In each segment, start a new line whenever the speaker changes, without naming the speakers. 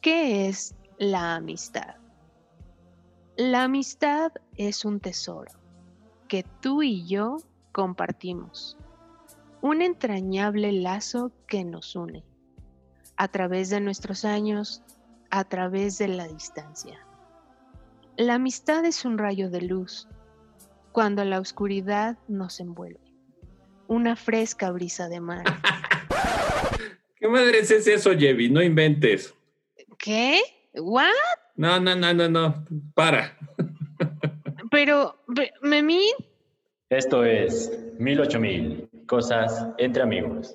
¿Qué es la amistad? La amistad es un tesoro que tú y yo compartimos, un entrañable lazo que nos une a través de nuestros años, a través de la distancia. La amistad es un rayo de luz cuando la oscuridad nos envuelve, una fresca brisa de mar.
¿Qué madres es eso, Jevi? No inventes.
¿Qué? ¿What?
No, no, no, no, no. Para.
Pero, pero, Memín,
Esto es Mil Ocho Mil Cosas entre Amigos.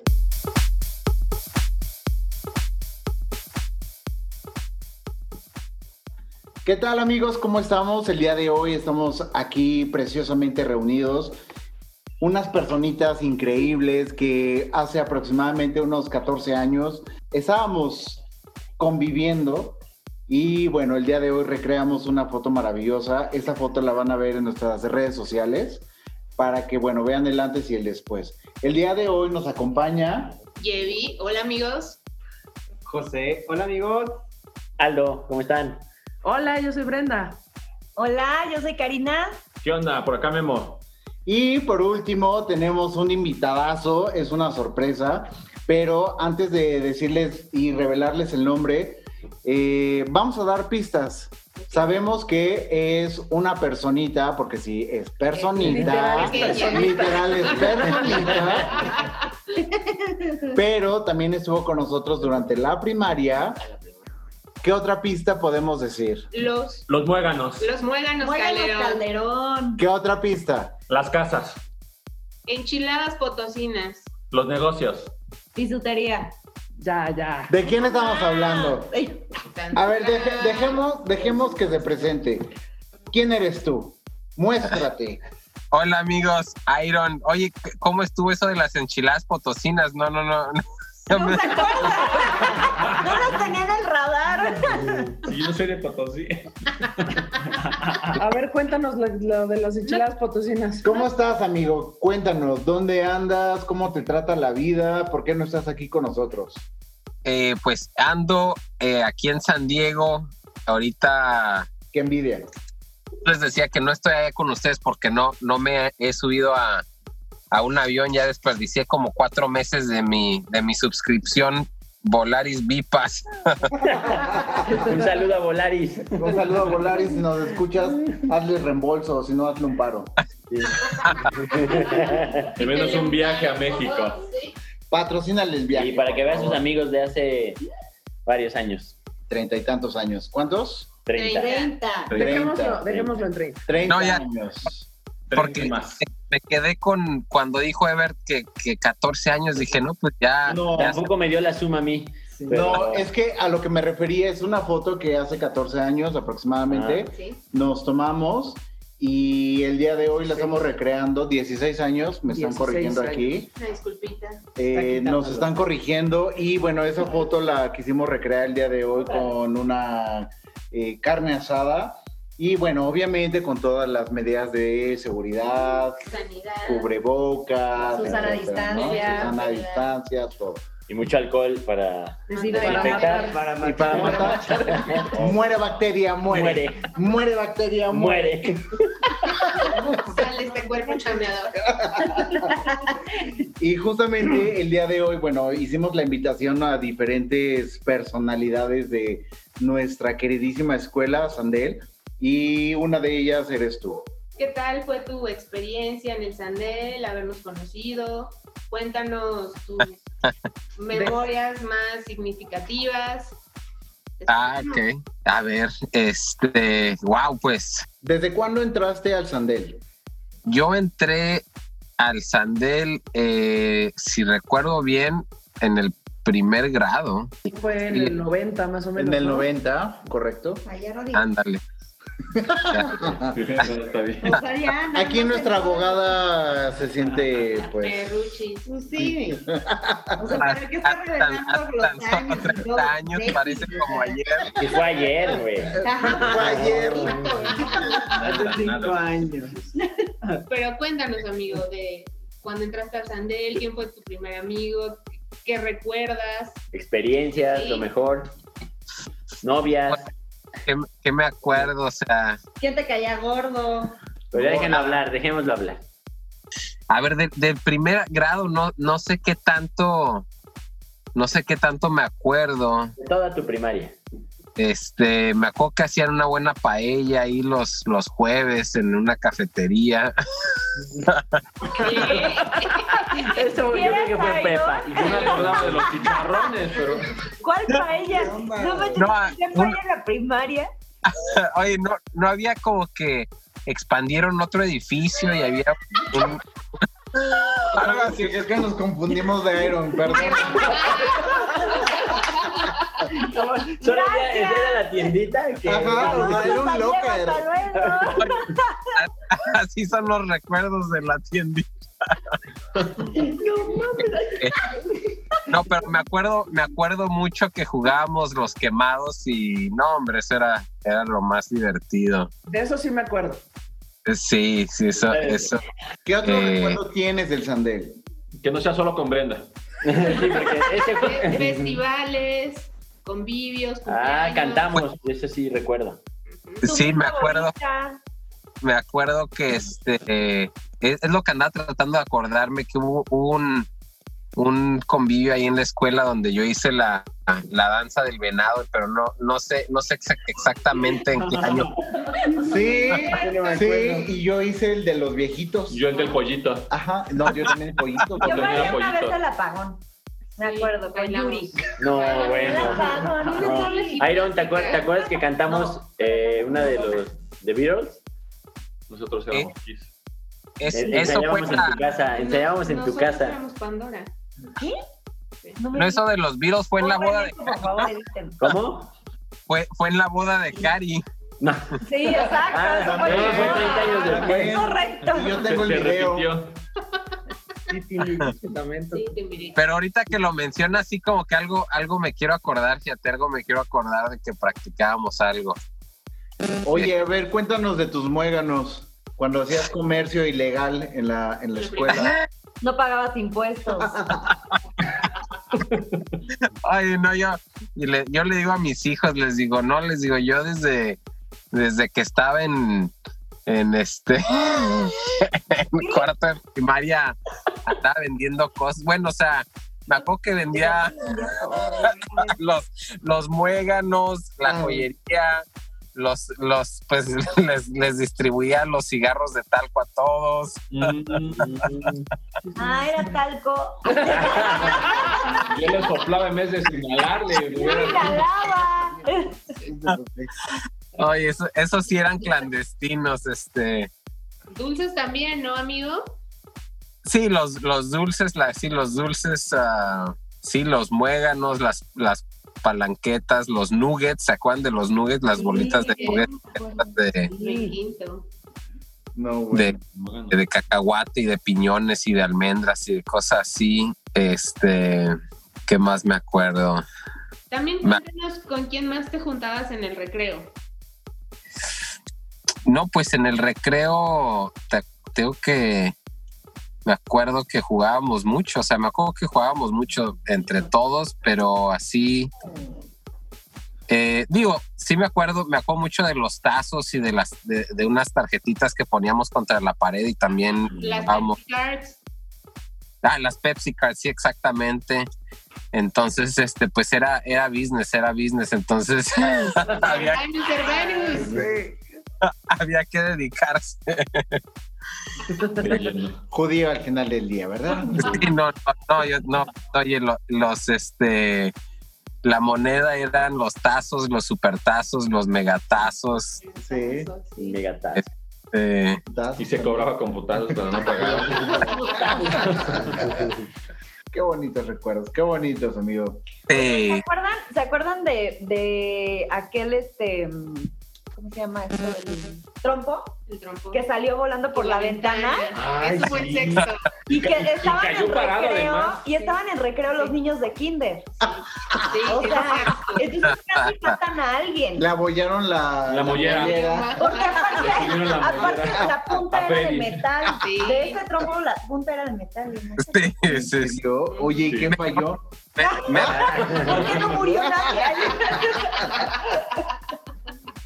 ¿Qué tal amigos? ¿Cómo estamos? El día de hoy estamos aquí preciosamente reunidos. Unas personitas increíbles que hace aproximadamente unos 14 años estábamos conviviendo y bueno, el día de hoy recreamos una foto maravillosa. Esta foto la van a ver en nuestras redes sociales para que bueno, vean el antes y el después. El día de hoy nos acompaña
Yevi, hola amigos.
José, hola amigos.
Aldo, ¿cómo están?
Hola, yo soy Brenda.
Hola, yo soy Karina.
¿Qué onda? Por acá Memo.
Y por último, tenemos un invitadazo, es una sorpresa, pero antes de decirles y revelarles el nombre, eh, vamos a dar pistas. Sabemos que es una personita, porque si es personita,
Literal es
literal es personita, pero también estuvo con nosotros durante la primaria. ¿Qué otra pista podemos decir?
Los,
Los muéganos.
los muéganos,
Muéganos
Calderón.
Calderón.
¿Qué otra pista?
Las casas.
Enchiladas potosinas.
Los negocios.
Bisutería. Ah.
Ya, ya.
¿De quién estamos
Ah.
hablando?
Ay,
A ver, deje- dejemos, dejemos que se presente. ¿Quién eres tú? Muéstrate.
Hola amigos, Iron. Oye, c- ¿cómo estuvo eso de las enchiladas potosinas? No, no, no. no.
No se acuerda. No los tenía en el radar.
yo soy de Potosí.
A ver, cuéntanos lo, lo de las enchiladas potosinas.
¿Cómo estás, amigo? Cuéntanos, ¿dónde andas? ¿Cómo te trata la vida? ¿Por qué no estás aquí con nosotros?
Eh, pues ando eh, aquí en San Diego. Ahorita
Qué envidia.
les decía que no estoy allá con ustedes porque no, no me he subido a, a un avión. Ya desperdicié como cuatro meses de mi, de mi suscripción Volaris Vipas.
Un saludo a Volaris.
Un saludo a Volaris, si nos escuchas, hazle reembolso, si no, hazle un paro.
Al menos un viaje a México.
Patrocínale el viaje.
Y para que
por
vean sus
favor.
amigos de hace varios años.
Treinta y tantos años. ¿Cuántos?
30.
30.
Treinta.
Dejémoslo, dejémoslo en 30.
Treinta
No, ya.
años.
Porque
más.
me quedé con cuando dijo Ebert que, que 14 años. Dije, no, pues ya.
No,
ya
Tampoco me dio la suma a mí.
No, es que a lo que me refería es una foto que hace 14 años aproximadamente
Ah, Sí.
nos tomamos y el día de hoy la estamos recreando, 16 años, me están
16
corrigiendo
años.
aquí,
Una disculpita.
Eh,
quitando
nos están corrigiendo y bueno, esa foto la quisimos recrear el día de hoy con una eh, carne asada y bueno, obviamente con todas las medidas de seguridad,
Sanidad.
cubrebocas,
Susana
etcétera, ¿no?
distancia.
Susana distancia, todo.
Y mucho alcohol para...
Para
matar,
para
Y para matar, muere bacteria, muere.
Muere.
Muere, bacteria, muere.
Muere.
Sale este cuerpo chameador.
Y justamente el día de hoy, bueno, hicimos la invitación a diferentes personalidades de nuestra queridísima escuela, Sandel, y una de ellas eres tú.
¿Qué tal fue tu experiencia en el Sandel, habernos conocido? Cuéntanos tus memorias más significativas.
Ah, ok. A ver, este, wow, pues
¿Desde cuándo entraste al Sandel?
Yo entré al Sandel, eh, si recuerdo bien, en el primer grado.
Fue en el 90 más o menos.
En el
¿no?
90, ¿correcto?
Ayer no digo.
Ándale.
Está bien.
Rosaria,
Aquí
no
nuestra
sé.
abogada se siente, pues...
Perruchis.
Pues Sí. O sea, ¿para qué está
Hasta- hasta
revelando los
tan
años?
solo 30 años,
Baby,
parece
o
como
sea.
ayer.
Que fue ayer, güey.
Fue ayer.
Nada,
Hace cinco
nada.
años.
Pero cuéntanos, amigo, de cuando entraste al Sandel, quién fue tu primer amigo, qué recuerdas.
Experiencias,
Sí.
lo mejor. Novias.
¿Qué, qué me acuerdo? O sea,
¿Quién te caía gordo?
Pero ya déjenlo hablar, dejémoslo hablar.
a ver, de, de primer grado no, no sé qué tanto, no sé qué tanto me acuerdo.
De toda tu primaria.
Este, me acuerdo que hacían una buena paella ahí los, los jueves en una cafetería.
Eso yo creo que fue Pepa.
¿Quieres
Yo me acordaba de los chicharrones, pero.
¿Cuál paella? No me
No,
paella
un-
en la primaria.
Oye, no, no había como que expandieron otro edificio y había un-
Algo así, es que nos confundimos de Iron, perdón.
Solo era, era la tiendita que.
Ajá. Ah, era un
Saludos, Diego,
locker.
Hasta luego.
así son los recuerdos de la tienda. No, pero me acuerdo, me acuerdo mucho que jugábamos los quemados y no, hombre, eso era, era lo más divertido.
De eso sí me acuerdo.
Sí, sí, eso, eso.
¿Qué otro
Eh.
recuerdo tienes del Sandel?
Que no sea solo con Brenda.
Sí, porque
Fe-
ese fue.
Festivales, convivios,
Ah,
cumpleaños.
cantamos. Eso sí recuerdo.
Sí, me
Tu
acuerdo,
favorita.
me acuerdo que este eh, es, es lo que andaba tratando de acordarme que hubo un, un convivio ahí en la escuela donde yo hice la, la danza del venado, pero no, no sé, no sé exa- exactamente en qué año.
Sí,
no me
sí,
acuerdo.
y yo hice el de los viejitos.
Yo el del pollito.
Ajá, no, yo también el pollito.
Yo
Cuando
bailé
tenía
una
Ah, pollito.
vez al apagón. Me acuerdo, con
Bailamos.
Yuri.
No,
El
bueno.
apagón.
No. Iron, ¿te acuerdas, ¿te acuerdas que cantamos eh, una de los de Beatles?
Nosotros
¿Eh?
éramos Kiss.
Es-
Eh,
eso fue
ensayábamos en
la-
tu casa, ensayábamos en tu
Nosotros
casa.
éramos Pandora.
No me
no, eso de los virus fue en la boda de
Eso, por favor, editen.
¿Cómo?
fue, fue en la boda de Cari.
No.
Sí, exacto.
Ah,
eso
también
fue-
fue 30 años después.
Correcto.
Y yo tengo el
Se- se
video.
repitió.
Sí, te miré.
Pero ahorita que lo menciona así como que algo, algo me quiero acordar, fíjate, algo me quiero acordar de que practicábamos algo.
Oye, a ver, cuéntanos de tus muéganos. Cuando hacías comercio ilegal en la, en la escuela.
No pagabas impuestos.
Ay, no, yo, y le- yo le digo a mis hijos, les digo, no, les digo, yo desde, desde que estaba en, en este en cuarto de primaria andaba vendiendo cosas. Bueno, o sea, me acuerdo que vendía los, los muéganos, la
Ay.
joyería, los, los, pues les, les distribuía los cigarros de talco a todos.
Ah, era talco.
Yo le soplaba en vez de señalarle.
Yo
güey.
ni la lava.
Oye, eso, esos sí eran clandestinos, este.
Dulces también, ¿no, amigo?
Sí, los, los dulces, la, sí, los dulces, ah, sí, los muéganos, las, las palanquetas, los nuggets, ¿se acuerdan de los nuggets? Las bolitas de
Sí.
nuggets estas de,
El quinto.
No, güey.
de, de cacahuate y de piñones y de almendras y de cosas así. Este, ¿qué más me acuerdo?
También
Ma-
cuéntanos con quién más te juntabas en el recreo.
No, pues en el recreo, te- tengo que. Me acuerdo que jugábamos mucho, o sea, me acuerdo que jugábamos mucho entre todos, pero así. eh, digo, sí me acuerdo, me acuerdo mucho de los tazos y de las de, de unas tarjetitas que poníamos contra la pared y también
Las
Vamos.
Pepsi Cards.
Ah, las Pepsi Cards, sí, exactamente. Entonces, este, pues era, era business, era business. Entonces había,
Cervanus, Cervanus.
había que dedicarse.
Judío al final del día, ¿verdad?
Sí, no, no, no, yo no. Oye, lo- los, este, la moneda eran los tazos, los supertazos, los megatazos.
Sí.
Mega tal.
eh,
Das-
Y se cobraba con putazos para no pagar.
Qué bonitos recuerdos, qué bonitos, amigo.
¿Se
eh,
acuerdan, ¿se acuerdan de, de aquel este mm, ¿cómo se llama esto? El trompo,
El trompo.
que salió volando por la ventana.
Eso fue el sexto.
Y que
ca- y
estaban
cayó
en
parado,
recreo,
además.
y estaban en recreo los niños de
Sí,
kinder.
Ah,
O
es
sea,
cierto.
entonces casi matan a alguien.
Le abollaron la,
La mollera.
Porque aparte,
Le subieron la
aparte
mollera
la punta
a
era de
Félix.
metal.
Sí.
De ese trompo la punta era de metal. imagínate.
Sí, este, sí, sí.
Yo, Oye, ¿y
Sí.
qué falló?
Me- me-
¿Por qué no murió nadie?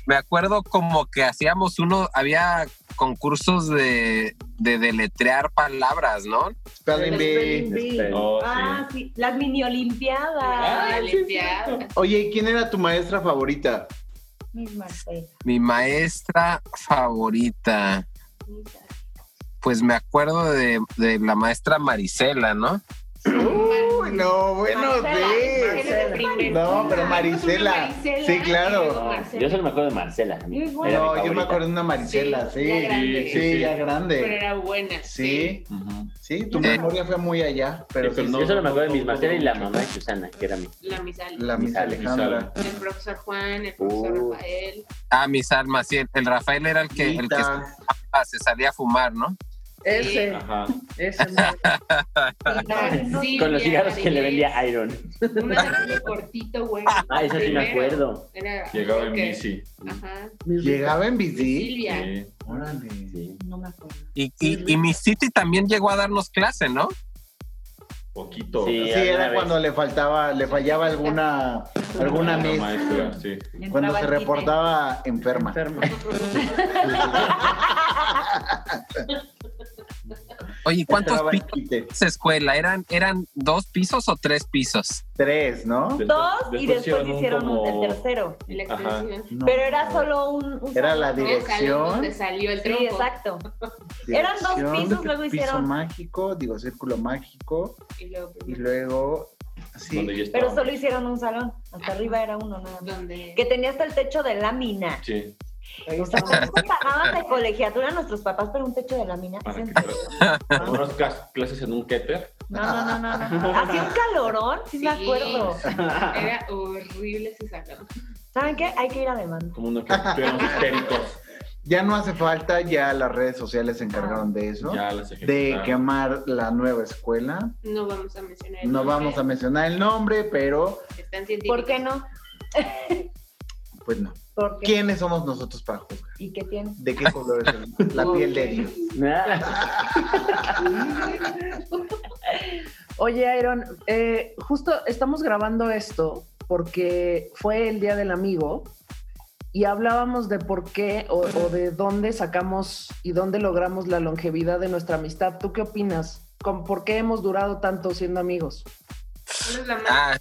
Me acuerdo como que hacíamos uno, había concursos de, de deletrear palabras, ¿no?
Espérenme.
Spelling Bee.
Oh,
Ah, sí. Las mini olimpiadas.
Ah, limpiar.
Oye, ¿y quién era tu maestra favorita?
Mis Marcela.
Mi maestra favorita. Pues me acuerdo de, de la maestra Marisela, ¿no?
Uy, no, bueno,
Marcela,
sí.
Eres el primer.
No, pero Marisela.
Ah, tú eres
Sí, claro.
y luego Marcela.
Yo solo me acuerdo de Marcela. a mí.
Yo igual.
Era
No,
mi
yo me
favorita.
acuerdo de una Marisela,
Sí,
sí.
ya grande.
Sí,
Sí, sí.
ya
Pero
grande.
era buena.
Sí,
Ujú.
sí, tu
Sí.
memoria fue muy allá, pero
Sí,
sí,
pero no.
Yo solo me acuerdo de mis Marcela y la mamá de Susana, que era mi.
La misal.
la misa
Sale,
Alejandra.
El profesor Juan, el profesor
Uh.
Rafael.
Ah, mis almas, sí, el, el Rafael era el que, el que se,
Lita.
se salía a fumar, ¿no?
Ese,
Ajá.
ese.
Sí,
Con los
ya,
cigarros que le
Arilés.
vendía Iron.
Una de cortito, güey.
Ah, eso sí me acuerdo.
Era-
Llegaba en
ok.
bici.
Ajá.
Llegaba en bici.
Silvia.
Sí.
Órale.
Sí.
No me acuerdo.
Y, y, y Miss Titi también llegó a darnos clase, ¿no?
Poquito.
Sí.
Sí,
alguna
era
vez.
cuando le faltaba, le fallaba alguna, alguna
La
mesa.
maestra, sí.
Cuando
Entraba
se
el
reportaba enferma.
Oye, ¿cuántos
Entraba el
pisos
quite.
de escuela? ¿Eran, ¿Eran dos pisos o tres pisos?
Tres, ¿no?
títere.
Después-
Dos y después hicieron un,
como-
el tercero.
El
Ajá.
extensión.
No.
Pero era solo un. un
Era
salón,
la
¿no?
El salón Te
dirección.
salió el
Sí,
tronco.
exacto. Eran dos
dirección,
pisos, luego
Piso
hicieron-
mágico, digo, círculo mágico.
Y luego,
Y luego,
Cuando
sí.
yo
Pero
estaba-
solo hicieron un salón. Hasta arriba era uno nada más.
donde
Que tenía hasta el techo de lámina.
Sí.
O sea, ¿cuánto pagaban de colegiatura a nuestros papás por un techo de lámina? ¿Es
Para
en
que
serio?
Como unas clas- clases en un keter.
No, no, no, no, no. Hacía un calorón, sí, me
Sí.
acuerdo.
era horrible ese salón.
¿Saben qué? Hay que ir a demanda.
Como unos que eran histéricos.
Ya no hace falta, ya las redes sociales se encargaron de eso.
Ya las
De
ejecutaron.
quemar la nueva escuela.
No vamos a mencionar. el
No
nombre.
vamos a mencionar el nombre, pero
Están científicos.
¿Por qué no?
pues no.
¿Por qué?
¿Quiénes somos nosotros para juzgar?
¿Y qué tiene?
¿De qué color es el- la piel de Dios?
Oye, Iron, eh, justo estamos grabando esto porque fue el Día del Amigo y hablábamos de por qué o, o de dónde sacamos y dónde logramos la longevidad de nuestra amistad. ¿Tú qué opinas? ¿Con ¿Por qué hemos durado tanto siendo amigos?
¿Cuál es la más?
Ah,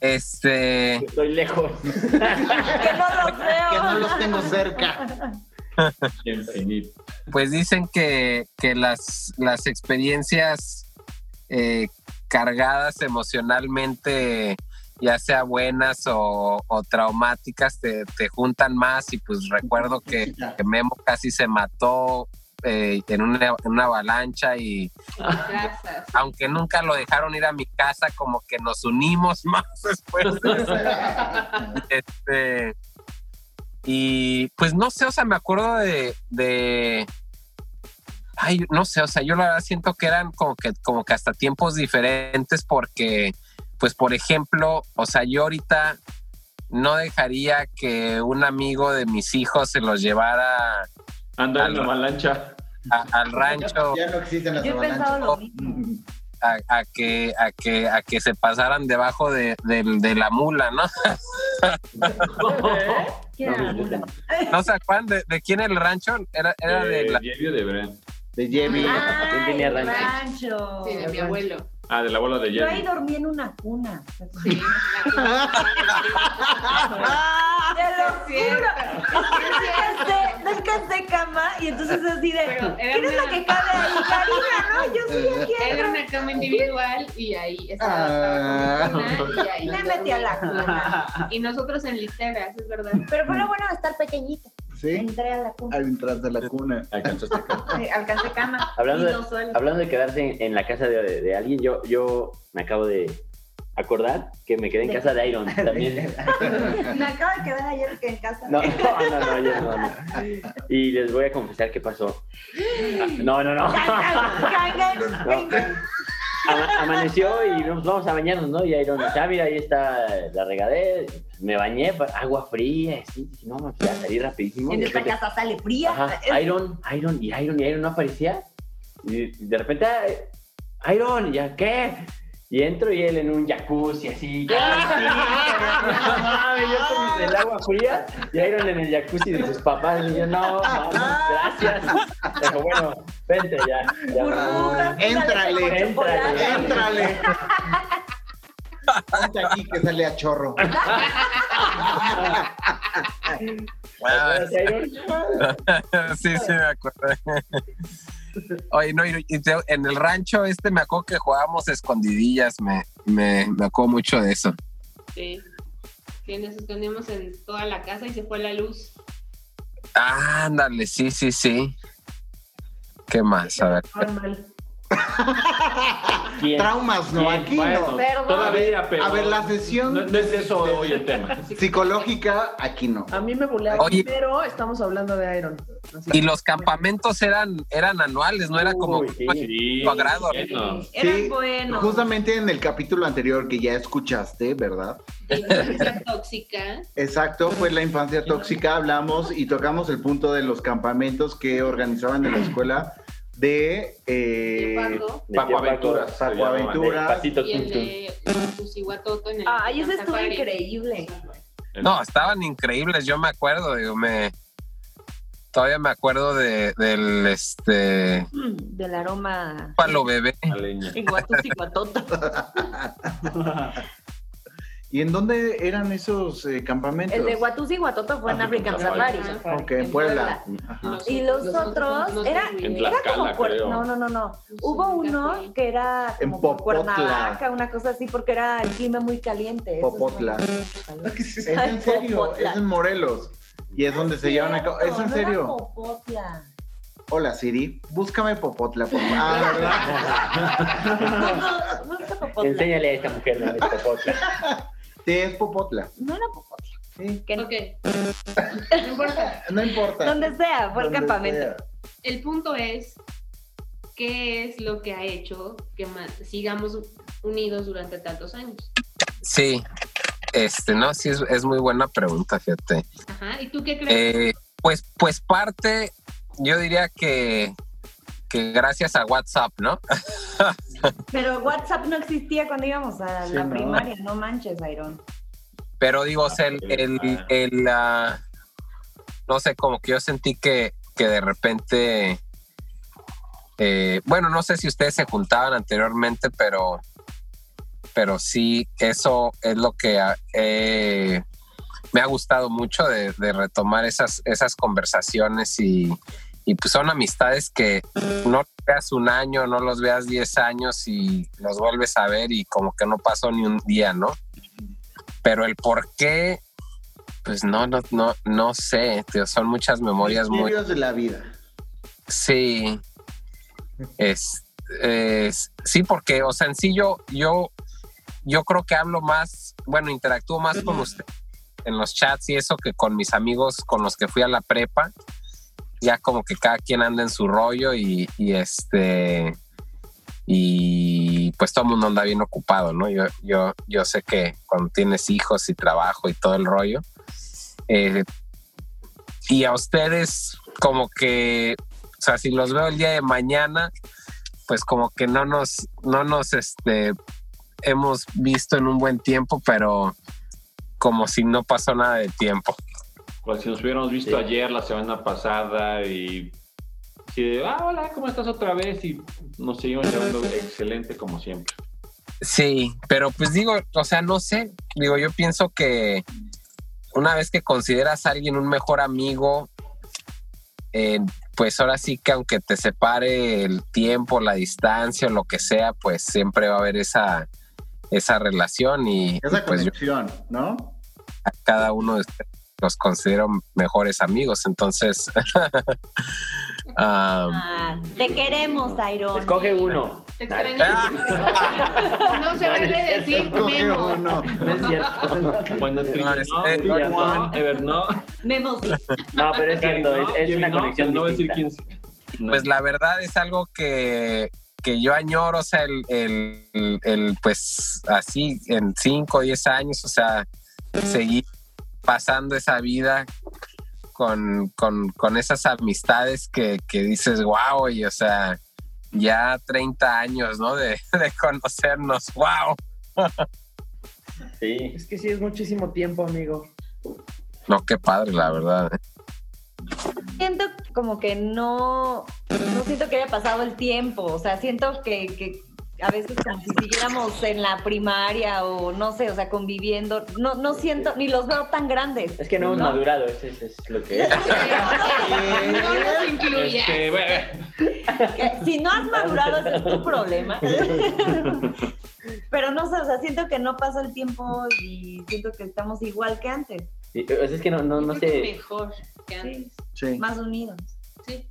este...
Estoy lejos.
Que no los
Que no
veo.
los tengo cerca.
Infinito.
pues dicen que, que las, las experiencias eh, cargadas emocionalmente, ya sea buenas o, o traumáticas, te, te juntan más y pues recuerdo que, que Memo casi se mató. eh, en, una, en una avalancha y
Gracias.
aunque nunca lo dejaron ir a mi casa como que nos unimos más después de eso. Este, y pues no sé, o sea, me acuerdo de, de- Ay, no sé, o sea, yo la verdad siento que eran como que, como que hasta tiempos diferentes porque, pues por ejemplo, o sea, yo ahorita no dejaría que un amigo de mis hijos se los llevara a-
Ah,
Andar en la avalancha.
al rancho
Ya no existen las
Yo he pensado
avalanchas.
lo mismo.
a, a que, a, que, a que se pasaran debajo de, del- de la mula, ¿no?
¿Quién era?
¿No se acuerdan de, de quién el rancho? Era, era de
Eh,
la...
Diario de Bren.
De Jebby.
Ay,
tenía rancho?
rancho.
Sí, de mi abuelo.
Ah, de la bola de
Yo ahí
Jerry.
dormí en una cuna.
Sí, la-
Te lo
Sí, es
juro.
cierto.
Descansé, descansé cama y entonces así de.
Pero era
¿Quién es la
una-
que cabe ahí? Karina, ¿no? Yo sí, yo
Era
quiero.
una cama individual y ahí
Ah.
estaba.
Ah.
estaba con mi cuna y ahí
Me
nos
metí a la
dormimos.
cuna.
Y nosotros en literas, es verdad.
Pero fue lo bueno de estar pequeñita.
Sí,
Entré a la cuna.
al entrar de la cuna.
Alcanzaste acá.
Sí, Alcancé cama.
Hablando
y
de-
dos soles.
Hablando de quedarse en, en la casa de, de alguien, yo, yo me acabo de, acordar que me quedé en casa de Iron también.
Me acabo de quedar ayer que en casa.
No, no, no, no, yo no, no. Y les voy a confesar qué pasó. Ah, No, no, no.
Gangan, gangan.
Ama- amaneció y nos vamos a bañarnos, ¿no? Y Iron, ah, mira, ahí está la regadera. Me bañé, pa- agua fría, así. Dije, No, me salí rapidísimo.
En
De
esta
repente,
casa sale fría.
Ajá, Iron, Iron, y Iron, y Iron no aparecía. Y de repente, "Ah, Iron, ¿ya qué? Y entro y él en un jacuzzi así. No mames, yo con el agua fría y Iron en el jacuzzi de sus papás. Y yo, no, mames, gracias. Pero bueno, vente ya. ya
Burbujas,
vamos.
Éntrale.
sale con chocolate.
¡Éntrale! Ponte aquí que sale a chorro.
Ah,
¿Te acuerdas, Iron?
sí, sí, me acuerdo. Oye, no, y- y te- en el rancho este me acuerdo que jugábamos escondidillas, me, me, me acuerdo mucho de eso.
Sí. Que nos escondimos en toda la casa y se fue la luz.
Ah, ándale, sí, sí, sí. ¿Qué más? A ver.
Fue mal.
¿Quién?
Traumas, no,
Bien,
aquí
bueno,
no.
Perdón.
Todavía, pero.
A ver, la
No,
sesión
no es eso hoy el tema.
psicológica, aquí no.
A mí me bulearon,
Oye.
pero estamos hablando de Iron. Así
Y los campamentos eran, eran anuales, no era como
Uy, sí.
Sí.
Cuadrado.
bueno.
Eran
Sí,
buenos.
Justamente en el capítulo anterior que ya escuchaste, ¿verdad?
De infancia tóxica.
Exacto, pues la infancia tóxica hablamos y tocamos el punto de los campamentos que organizaban en la escuela de eh,
De Paco.
De
Paco
Tío Paco,
Aventuras,
se
Paco
llamaban, de
Aventuras.
Pasito
Y el
Tum Tum.
de Tusihuatoto en el.
Ay, ese estuvo
safari.
increíble.
No, estaban increíbles, yo me acuerdo, digo, me todavía me acuerdo de, del este
Mm, Del aroma.
palo bebé.
La leña.
Iguatus y guatoto.
¿Y en dónde eran esos eh, campamentos?
El de Guatus y Guatoto fue en
African
African
Safari.
Safari.
Ok, en Puebla. Ajá.
Los
Y los otros,
no sé,
era,
güey.
En
era como
Tlaxcala,
cuer-
creo.
No, no, no, no.
sé,
Hubo
nunca
uno
fui.
que era
En
como
Popotla.
Cuernavaca, una cosa así, porque era el clima muy caliente. eso es
Popotla.
muy-
Es en serio,
Popotla.
es en Morelos. Y es donde se llevan a cabo. Es
Cierto,
en
no era
serio.
Popotla.
Hola Siri, búscame Popotla, por favor. Ah, la ¿verdad?
No, no era Popotla.
Enséñale a esta mujer ¿no? Esta foto.
Sí, es Popotla.
No era Popotla.
Sí.
Que no-
Ok, no importa.
No importa.
Donde sea, fue el
Donde
campamento.
sea.
El punto es, ¿qué es lo que ha hecho que ma- sigamos unidos durante tantos años?
Sí. Este, no, sí es, es muy buena pregunta, fíjate.
Ajá, ¿y tú qué crees?
Eh, pues, pues parte, yo diría que, que gracias a WhatsApp, ¿no?
Pero WhatsApp no existía cuando íbamos a
Sí,
la
no.
primaria, no manches, Iron.
Pero digo, o sea, el, el- el, ah, no sé, como que yo sentí que, que de repente, eh, bueno, no sé si ustedes se juntaban anteriormente, pero, pero sí, eso es lo que ah, eh, me ha gustado mucho de, de retomar esas, esas conversaciones y, y pues son amistades que no los veas un año, no los veas 10 años y los vuelves a ver y como que no pasó ni un día, ¿no? pero el por qué, pues no, no, no, no sé, tío, son muchas memorias muy...
Misterios de la vida.
Sí, es, es- sí, porque, o sea, en sí yo, yo, yo creo que hablo más, bueno, interactúo más con usted en los chats y eso que con mis amigos con los que fui a la prepa, ya como que cada quien anda en su rollo y, y este, y pues todo el mundo anda bien ocupado, ¿no? Yo, yo, yo sé que cuando tienes hijos y trabajo y todo el rollo, eh, y a ustedes como que o sea, si los veo el día de mañana, pues como que no nos, no nos este, hemos visto en un buen tiempo, pero como si no pasó nada de tiempo.
Pues si nos hubiéramos visto
Sí.
ayer, la semana pasada, y. así de, ah, hola, ¿cómo estás otra vez? Y nos seguimos llevando excelente como siempre.
Sí, pero pues digo, o sea, no sé, digo, yo pienso que una vez que consideras a alguien un mejor amigo, eh, pues ahora sí que aunque te separe el tiempo, la distancia o lo que sea, pues siempre va a haber esa, esa relación y, y
Esa
pues yo
conexión, ¿no?
a cada uno de ustedes los considero mejores amigos. Entonces,
Ah, te queremos, Iron.
Escoge uno.
Te extraño.
ah,
No se vale decir memo.
No, es cierto.
Cuando tú no,
eh,
este-
Ever no, Ever no.
Memos.
No, pero es cierto, es, es
Jimmy
una
no,
conexión
no voy a decir
distinta.
quién es.
Pues la verdad es algo que, que yo añoro, o sea, el, el- el- el, pues así, en 5 o 10 años, o sea, seguir pasando esa vida con, con- con esas amistades que, que dices, wow, y o sea, ya 30 años, ¿no? De, de conocernos, wow.
Sí.
Es que sí es muchísimo tiempo, amigo.
No, qué padre, la verdad. ¿eh?
Siento como que no, no siento que haya pasado el tiempo. O sea, siento que, que a veces como si siguiéramos en la primaria o no sé, o sea, conviviendo. No, no siento, ni los veo tan grandes.
Es que no hemos madurado, eso es, es lo que es.
No nos incluye.
Este, bueno,
Que Si no has madurado, ese es tu problema. Pero no sé, o sea, siento que no pasa el tiempo y siento que estamos igual que antes,
Sí, o sea, es que no, no, no
Creo que
sé.
Mejor que antes.
Sí.
más unidos.
Sí.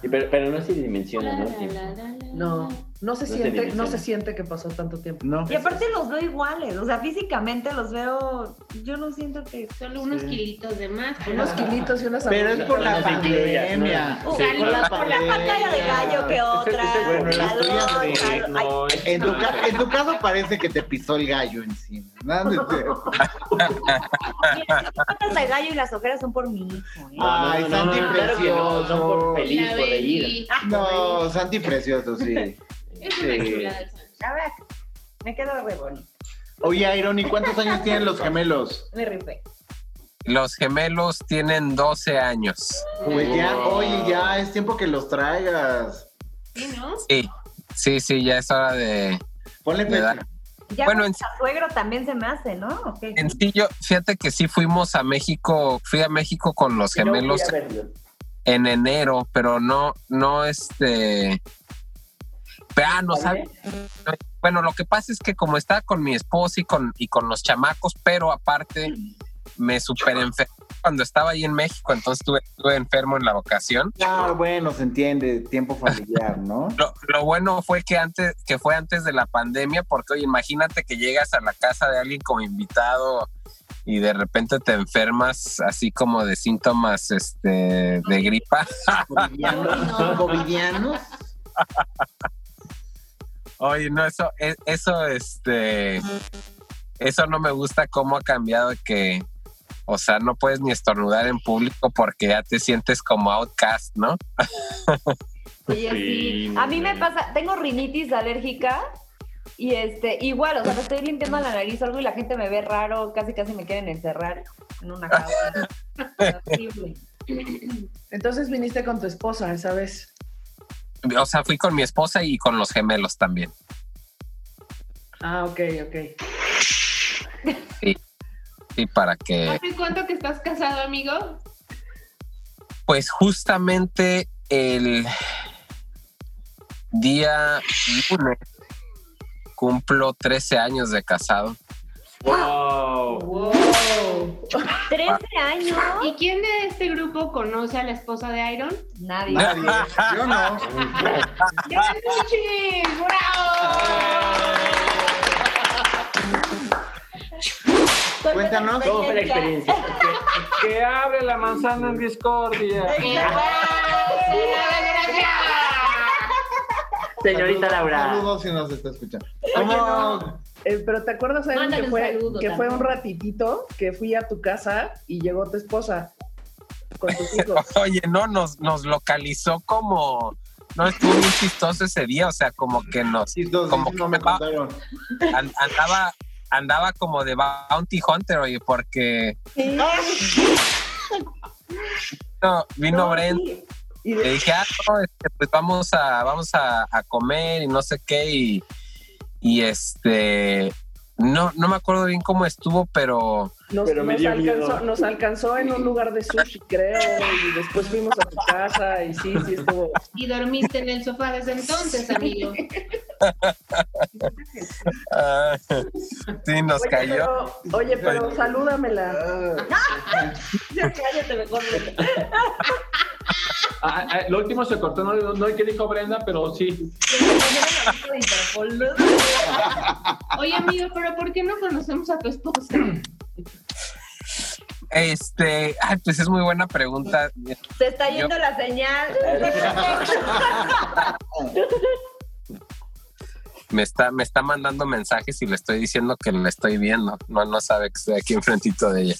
sí, Pero, pero no se dimensiona, ¿no?
La, la, la, la,
No,
la.
No
no se
se
siente, no
dimensiona.
se siente que pasó tanto tiempo.
No.
Y aparte los veo iguales, o sea, físicamente los veo, yo no siento que...
Solo unos kilitos de más.
Unos kilitos y unas
Pero es por la
No se incluyas,
pandemia.
Uh,
Sí,
salió
por la
por la pantalla de gallo que otra.
bueno, las
calor,
tuyas de-
calor. Ay,
no, es-
En tu, ca- en tu caso parece que te pisó el gallo encima. ¿no? No es cierto.
mira, las patas de gallo y las ojeras son por mi hijo. ¿eh?
Ay,
no, no,
Santi
no, claro que
precioso.
no, son por feliz,
La
por reír.
baby.
No, Santi precioso, sí.
Es una
Sí.
chulada el Santi.
La verdad, me quedo re bonito,
Oye, Iron, ¿y cuántos años tienen los gemelos?
me rifé.
Los gemelos tienen 12 años.
Pues ya, oye, ya es tiempo que los traigas.
Sí, ¿no?
Sí, sí, sí, ya es hora de,
Ponle
de
fecha.
dar
Ya
Bueno,
bueno,
en-
suegro también se me hace, ¿no? Ok.
En sí, yo, fíjate que sí fuimos a México, fui a México con los
Y luego
gemelos
fui a verlo.
en enero, pero no, no, este. pero, ah, no sabe- Bueno, lo que pasa es que como estaba con mi esposa y con, y con los chamacos, pero aparte me super enfermé cuando estaba ahí en México, entonces estuve, estuve enfermo en la ocasión.
Ah, bueno, se entiende, tiempo familiar, ¿no?
Lo, lo bueno fue que antes, que fue antes de la pandemia, porque oye, imagínate que llegas a la casa de alguien como invitado y de repente te enfermas así como de síntomas este, de gripa.
Covidianos. covidianos.
Oye, no, eso, e- eso, este, eso no me gusta cómo ha cambiado que, o sea, no puedes ni estornudar en público porque ya te sientes como outcast, ¿no?
Oye, sí.
Sí,
A mí me
no.
pasa, tengo rinitis alérgica y este, igual, o sea, me estoy limpiando la nariz o algo y la gente me ve raro, casi casi me quieren encerrar en una jaula. Horrible.
Entonces viniste con tu esposa esa vez.
O sea, fui con mi esposa y con los gemelos también.
Ah, ok, ok.
Y para que,
¿Hace cuánto que estás casado, amigo?
pues justamente el día lunes cumplo 13 años de casado.
wow.
¿13 años?
¿Y quién de este grupo conoce a la esposa de Iron?
Nadie.
Nadie. Yo no.
¡Ya escuches!
Ah.
¡Bravo!
Cuéntanos.
¿Cómo fue la experiencia?
Que abre la manzana en discordia.
Señorita Laura.
Saludos si nos está escuchando.
Oye,
¿Cómo?
Eh, pero ¿te acuerdas Aaron,
Mándale
que,
un
fue,
saludo
que fue un
también.
ratitito que fui a tu casa y llegó tu esposa con tus hijos?
Oye, no, nos, nos localizó como, no estuvo bien chistoso ese día, o sea, como que nos
Sí, dos,
Como
sí, no me
que va-
contaron.
an- andaba, andaba como de bounty hunter, oye, porque vino, vino Brent
Y
le
de-
dije, ah, no, este, pues vamos a, vamos a, a comer y no sé qué, y, y este, no, no me acuerdo bien cómo estuvo, pero
nos,
Pero me
nos
dio
alcanzó,
miedo.
nos alcanzó en un lugar de sushi, creo, y después fuimos a tu casa y sí, sí estuvo.
Y dormiste en el sofá desde entonces, amigo.
ah, sí, nos
Oye,
cayó.
pero, oye, pero salúdamela.
Cállate mejor.
Ah, ah, lo último se cortó, no, no, no hay que dijo Brenda, pero sí.
Oye, amigo, pero ¿por qué no conocemos a tu esposa?
Este, ay, pues es muy buena pregunta.
Se está yendo
Yo-
la señal.
Me está, me está mandando mensajes y le estoy diciendo que la estoy viendo. No, no sabe que estoy aquí enfrentito de ella.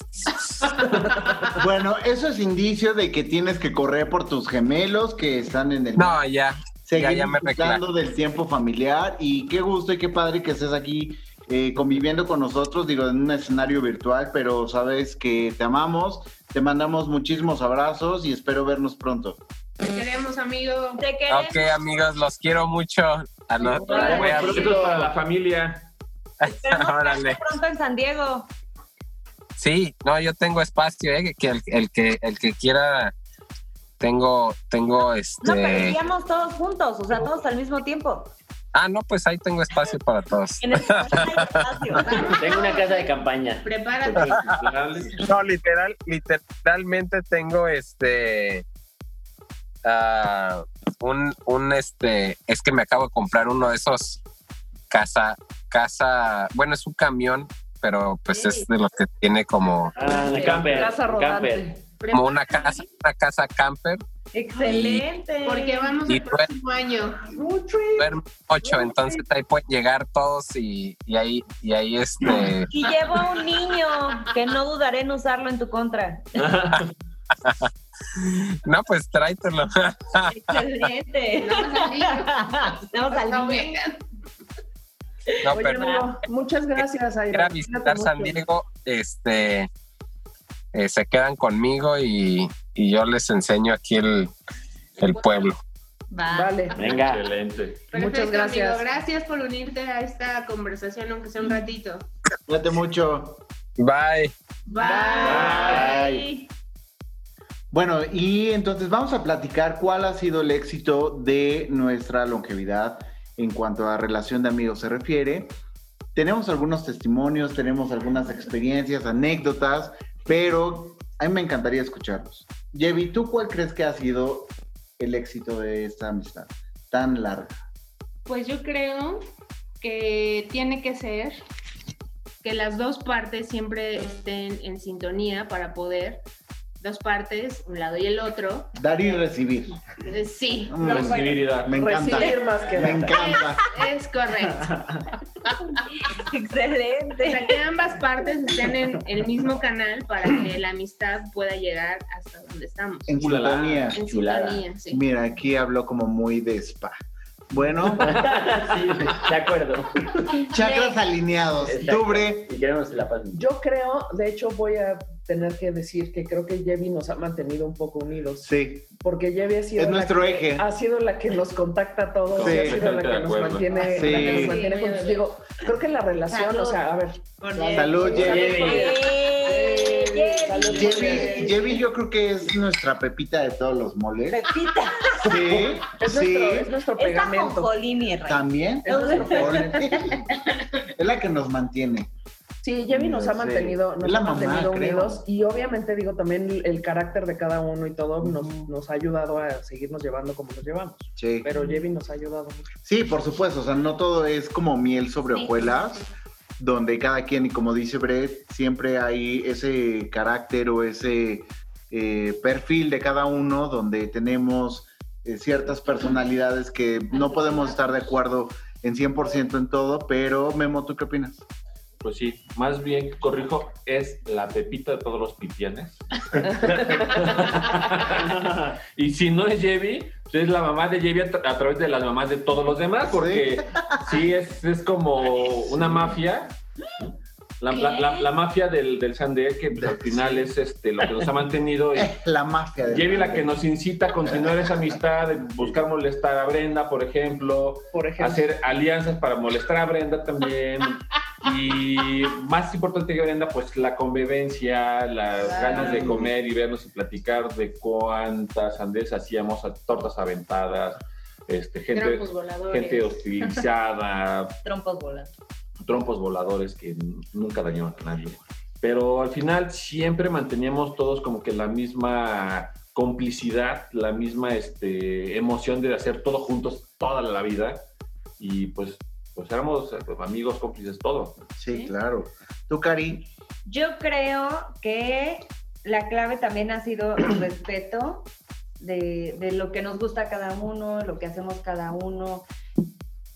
Bueno, eso es indicio de que tienes que correr por tus gemelos que están en el.
No, ya.
Seguir
Ya, ya me
disfrutando del tiempo familiar y qué gusto y qué padre que estés aquí eh, conviviendo con nosotros, digo, en un escenario virtual, pero sabes que te amamos, te mandamos muchísimos abrazos y espero vernos pronto.
Te queremos, amigo.
Te
Ok, amigos, los quiero mucho. Ah, no, voy a-
Esto es para la familia.
Órale.
Pronto en San Diego.
Sí, no, yo tengo espacio, eh, que el, el que el que quiera tengo tengo
No,
este
perdíamos todos juntos, o sea, todos al mismo tiempo.
Ah, no, pues ahí tengo espacio para todos.
En el espacio.
Tengo una casa de campaña.
Prepárate.
No, literal, literalmente tengo este ah, un, un este es que me acabo de comprar uno de esos casa casa, bueno, es un camión, pero pues es de los que tiene como
Ah, de camper.
Casa
camper.
rodante.
como una casa, una casa camper,
Excelente.
Porque vamos
Y
el
tú-
próximo año.
duerme ocho, entonces ahí pueden llegar todos y, y ahí y ahí este
Y llevo un niño que no dudaré en usarlo en tu contra.
no pues tráetelo.
Excelente. Estamos al
No
niño.
vengan.
No,
Oye,
pero
amigo, muchas gracias, Aira.
a visitar San Diego, este eh, se quedan conmigo y, y yo les enseño aquí el, el pueblo.
Va.
Vale.
Venga.
Excelente.
Muchas gracias.
amigo. Gracias por unirte a esta conversación, aunque sea un ratito.
Cuídate mucho.
Bye.
Bye.
Bueno, y entonces vamos a platicar cuál ha sido el éxito de nuestra longevidad en cuanto a relación de amigos se refiere. Tenemos algunos testimonios, tenemos algunas experiencias, anécdotas, pero a mí me encantaría escucharlos. Jevi, ¿tú cuál crees que ha sido el éxito de esta amistad tan larga?
Pues yo creo que tiene que ser que las dos partes siempre estén en sintonía para poder dos partes, un lado y el otro.
Dar y recibir.
Eh, Sí,
Mm,
Flexibilidad.
Me encanta.
Recibir más que
Me
dar.
encanta.
es correcto. O
Excelente.
sea, que ambas partes estén en el mismo canal para que la amistad pueda llegar hasta donde estamos.
En
Ulala.
sintonía.
En
chulada.
sintonía, sí.
Mira, aquí habló como muy de spa. Bueno,
Sí, de acuerdo.
chakras alineados.
Exacto.
Octubre.
Y queremos que la pasen.
Yo creo, de hecho, voy a tener que decir que creo que Jevi nos ha mantenido un poco unidos,
Sí,
porque Jevi ha sido
es
la
nuestro
que-
eje.
ha sido la que nos contacta a todos,
Sí.
y ha sido la
Completamente
que
de
nos
acuerdo.
mantiene,
Sí.
la que nos mantiene
Sí.
juntos. Digo, creo que la relación,
Salud.
o sea, a ver,
Por
Salud, Jevi.
Yay.
Salud.
Yay.
Jevi, Jevi yo creo que es nuestra pepita de todos los moles.
Pepita.
Sí,
es,
sí,
nuestro, es nuestro
Es con
pegamento.
Jolini, Herrera.
también es nuestro mole. Es la que nos mantiene.
Sí, Jevi nos ha
Sí.
mantenido, nos
Es la
ha
mamá,
mantenido
creo.
unidos y obviamente digo también el, el carácter de cada uno y todo nos, nos ha ayudado a seguirnos llevando como nos llevamos.
Sí.
Pero Jevi nos ha ayudado mucho.
Sí, por supuesto, o sea, no todo es como miel sobre
Sí.
hojuelas, donde cada quien, y como dice Brett, siempre hay ese carácter o ese eh, perfil de cada uno, donde tenemos eh, ciertas personalidades que no podemos estar de acuerdo en 100% en todo, pero Memo, ¿tú qué opinas?
Pues sí, más bien, corrijo, es la pepita de todos los pipianes. y si no es Jevi, pues es la mamá de Jevi a, tra- a través de las mamás de todos los demás, porque sí, es, es como una mafia. La, la- la- la mafia del, del Sander, que pues, al final es este, lo que nos ha mantenido. Y
Eh, La mafia de
Jevi la que nos incita a continuar esa amistad, de buscar molestar a Brenda, por ejemplo
Por ejemplo.
hacer alianzas para molestar a Brenda también. Y más importante que Brenda, pues la convivencia, las ganas de comer y vernos y platicar de cuántas andes hacíamos, a- tortas aventadas, este, gente,
Trompos voladores.
eh.
gente hostilizada,
Trompos volando.
trompos voladores que n- nunca dañaron a nadie. Pero al final siempre manteníamos todos como que la misma complicidad, la misma este, emoción de hacer todo juntos toda la vida. Y pues, pues éramos amigos, cómplices, todo.
Sí, claro. ¿Tú, Cari?
Yo creo que la clave también ha sido el respeto de, de lo que nos gusta a cada uno, lo que hacemos cada uno.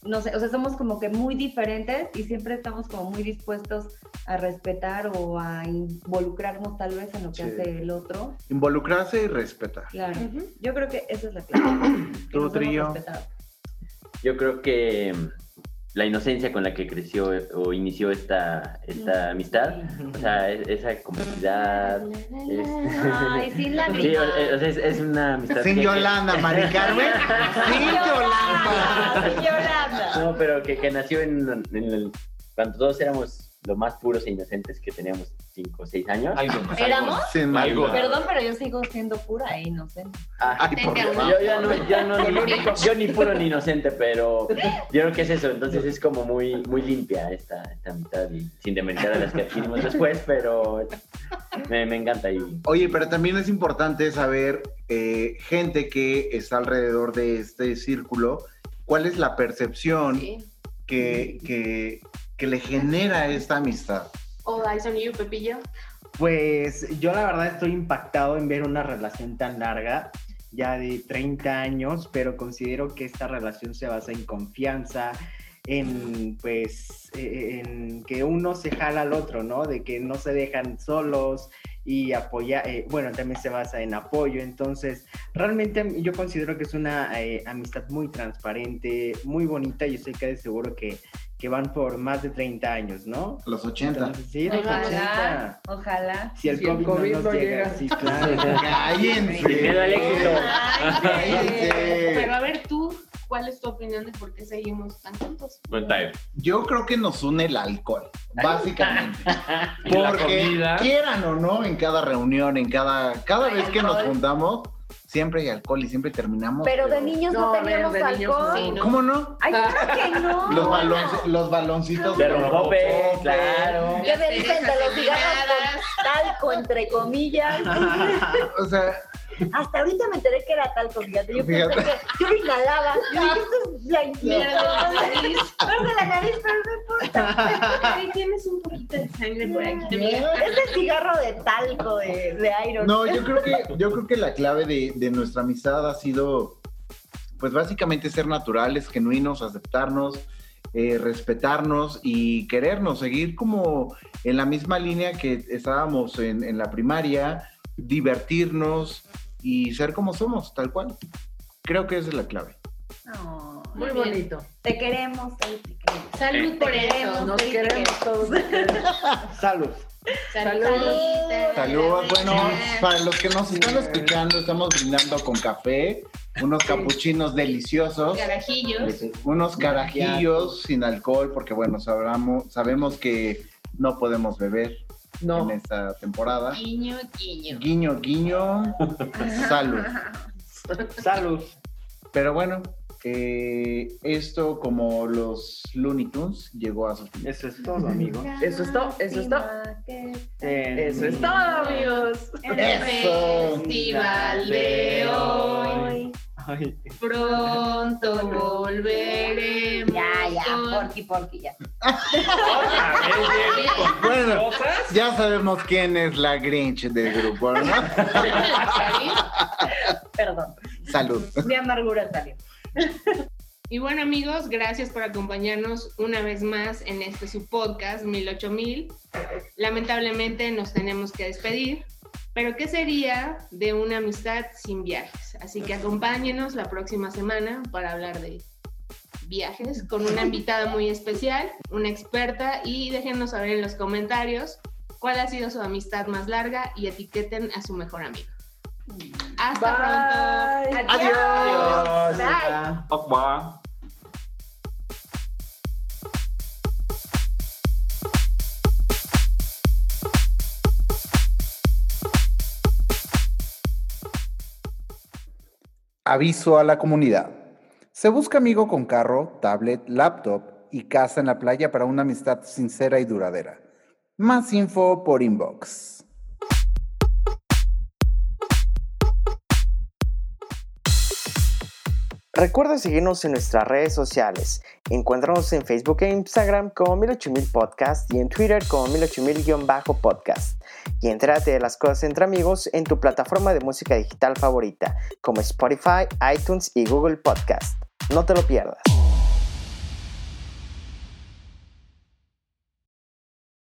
No sé, o sea, somos como que muy diferentes y siempre estamos como muy dispuestos a respetar o a involucrarnos tal vez en lo que
Sí.
hace el otro.
Involucrarse y respetar.
Claro. Yo creo que esa es la clave. que
Tú,
nos hemos
Trillo.
respetado.
Yo creo que mm, la inocencia con la que creció eh, o inició esta, esta amistad, o sea, es- esa complicidad. es-
Ay, sin
Sí, o-
lágrimas.
eh, o sea, es, es una amistad.
Sin
que-
Yolanda, Mari Carmen. Sin Yolanda.
Sin Yolanda.
No, pero que, que nació en, en el- cuando todos éramos lo más puros e inocentes que teníamos 5 o 6 años.
¿Éramos?
Sin
Algo.
maldad.
Perdón, pero yo sigo siendo pura e inocente.
Ay, por favor.
Yo ya no, ya no, ni, yo ni puro ni inocente, pero yo creo que es eso. Entonces es como muy, muy limpia esta, esta mitad y sin demeritar a las que adquirimos después, pero me, me encanta y
Oye, pero también es importante saber, eh, gente que está alrededor de este círculo, cuál es la percepción que, que- que le genera esta amistad.
O Dyson y Pepillo.
Pues yo la verdad estoy impactado en ver una relación tan larga, ya de 30 años, pero considero que esta relación se basa en confianza, en pues eh, en que uno se jala al otro, ¿no? De que no se dejan solos y apoya, eh, bueno, también se basa en apoyo, entonces realmente yo considero que es una eh, amistad muy transparente, muy bonita y estoy casi seguro que, que van por más de 30 años, ¿no?
Los 80.
Entonces, sí, los 80.
Ojalá, ojalá.
Ah, Si el COVID, no, nos llega, sí, claro.
¡Cállense!
el éxito.
Pero
¡Cállense!
a ver tú, ¿cuál es tu opinión de por qué seguimos tan juntos?
Cuenta él.
Yo creo que nos une el alcohol, básicamente.
Y la
Porque
comida.
quieran o no, en cada reunión, en cada, cada vez que nos juntamos, siempre hay alcohol y siempre terminamos.
Pero de niños no,
No, a ver,
teníamos
de niños
alcohol.
sí,
¿Cómo no?
Ay, claro que no.
Los, balonci- los baloncitos
de rompope,
pues,
claro.
¿Qué me dicen de los cigarros con talco, entre comillas?
O sea,
Hasta ahorita me enteré que era talco, fíjate. Yo pensé
Fíjate.
que yo lo inhalaba. Yo dije, esto es la
Mierda, la nariz.
Pero de la nariz, pero no importa.
Ahí tienes un poquito de sangre por aquí también.
Es el cigarro de talco de, de Iron.
no, yo creo que, yo creo que la clave de, de nuestra amistad ha sido, pues básicamente ser naturales, genuinos, aceptarnos, eh, respetarnos y querernos, seguir como en la misma línea que estábamos en, en la primaria, divertirnos y ser como somos, tal cual. Creo que esa es la clave.
No,
Muy
Muy bien.
bonito.
Te queremos, Eli, te queremos.
Salud por eso.
Nos
Sí, te
queremos todos.
Salud.
Salud.
Saludos, bueno, para los que nos están escuchando, estamos brindando con café, unos capuchinos deliciosos.
Carajillos.
unos carajillos sin alcohol, porque bueno, sabramos, sabemos que no podemos beber
No.
en esta temporada.
Guiño, guiño.
Guiño, guiño, salud.
Salud.
Pero bueno, eh, esto como los Looney Tunes llegó a su fin.
Eso es todo, amigo.
Eso es todo, eso es todo.
Eh,
Eso es todo, amigos.
El
Eso.
festival de hoy.
Ay,
Pronto volveremos.
Ya, ya,
con-
porqui, porqui, ya.
Otra vez viene con tus
Bueno.
cosas.
Ya sabemos quién es la Grinch del grupo, ¿no?
Perdón,
Salud.
mi amargura salió.
Y bueno amigos, gracias por acompañarnos una vez más en este su podcast 108000. Lamentablemente nos tenemos que despedir, pero ¿qué sería de una amistad sin viajes? Así que acompáñenos la próxima semana para hablar de viajes con una invitada muy especial, una experta y déjenos saber en los comentarios cuál ha sido su amistad más larga y etiqueten a su mejor amigo. Hasta pronto.
Bye.
Adiós. Bye.
ah.
Papá.
Aviso a la comunidad. Se busca amigo con carro, tablet, laptop y casa en la playa para una amistad sincera y duradera. Más info por inbox.
Recuerda seguirnos en nuestras redes sociales. Encuéntranos en Facebook e Instagram como 108000 Podcast y en Twitter como 108000-podcast. Y entérate de las cosas entre amigos en tu plataforma de música digital favorita, como Spotify, iTunes y Google Podcast. No te lo pierdas.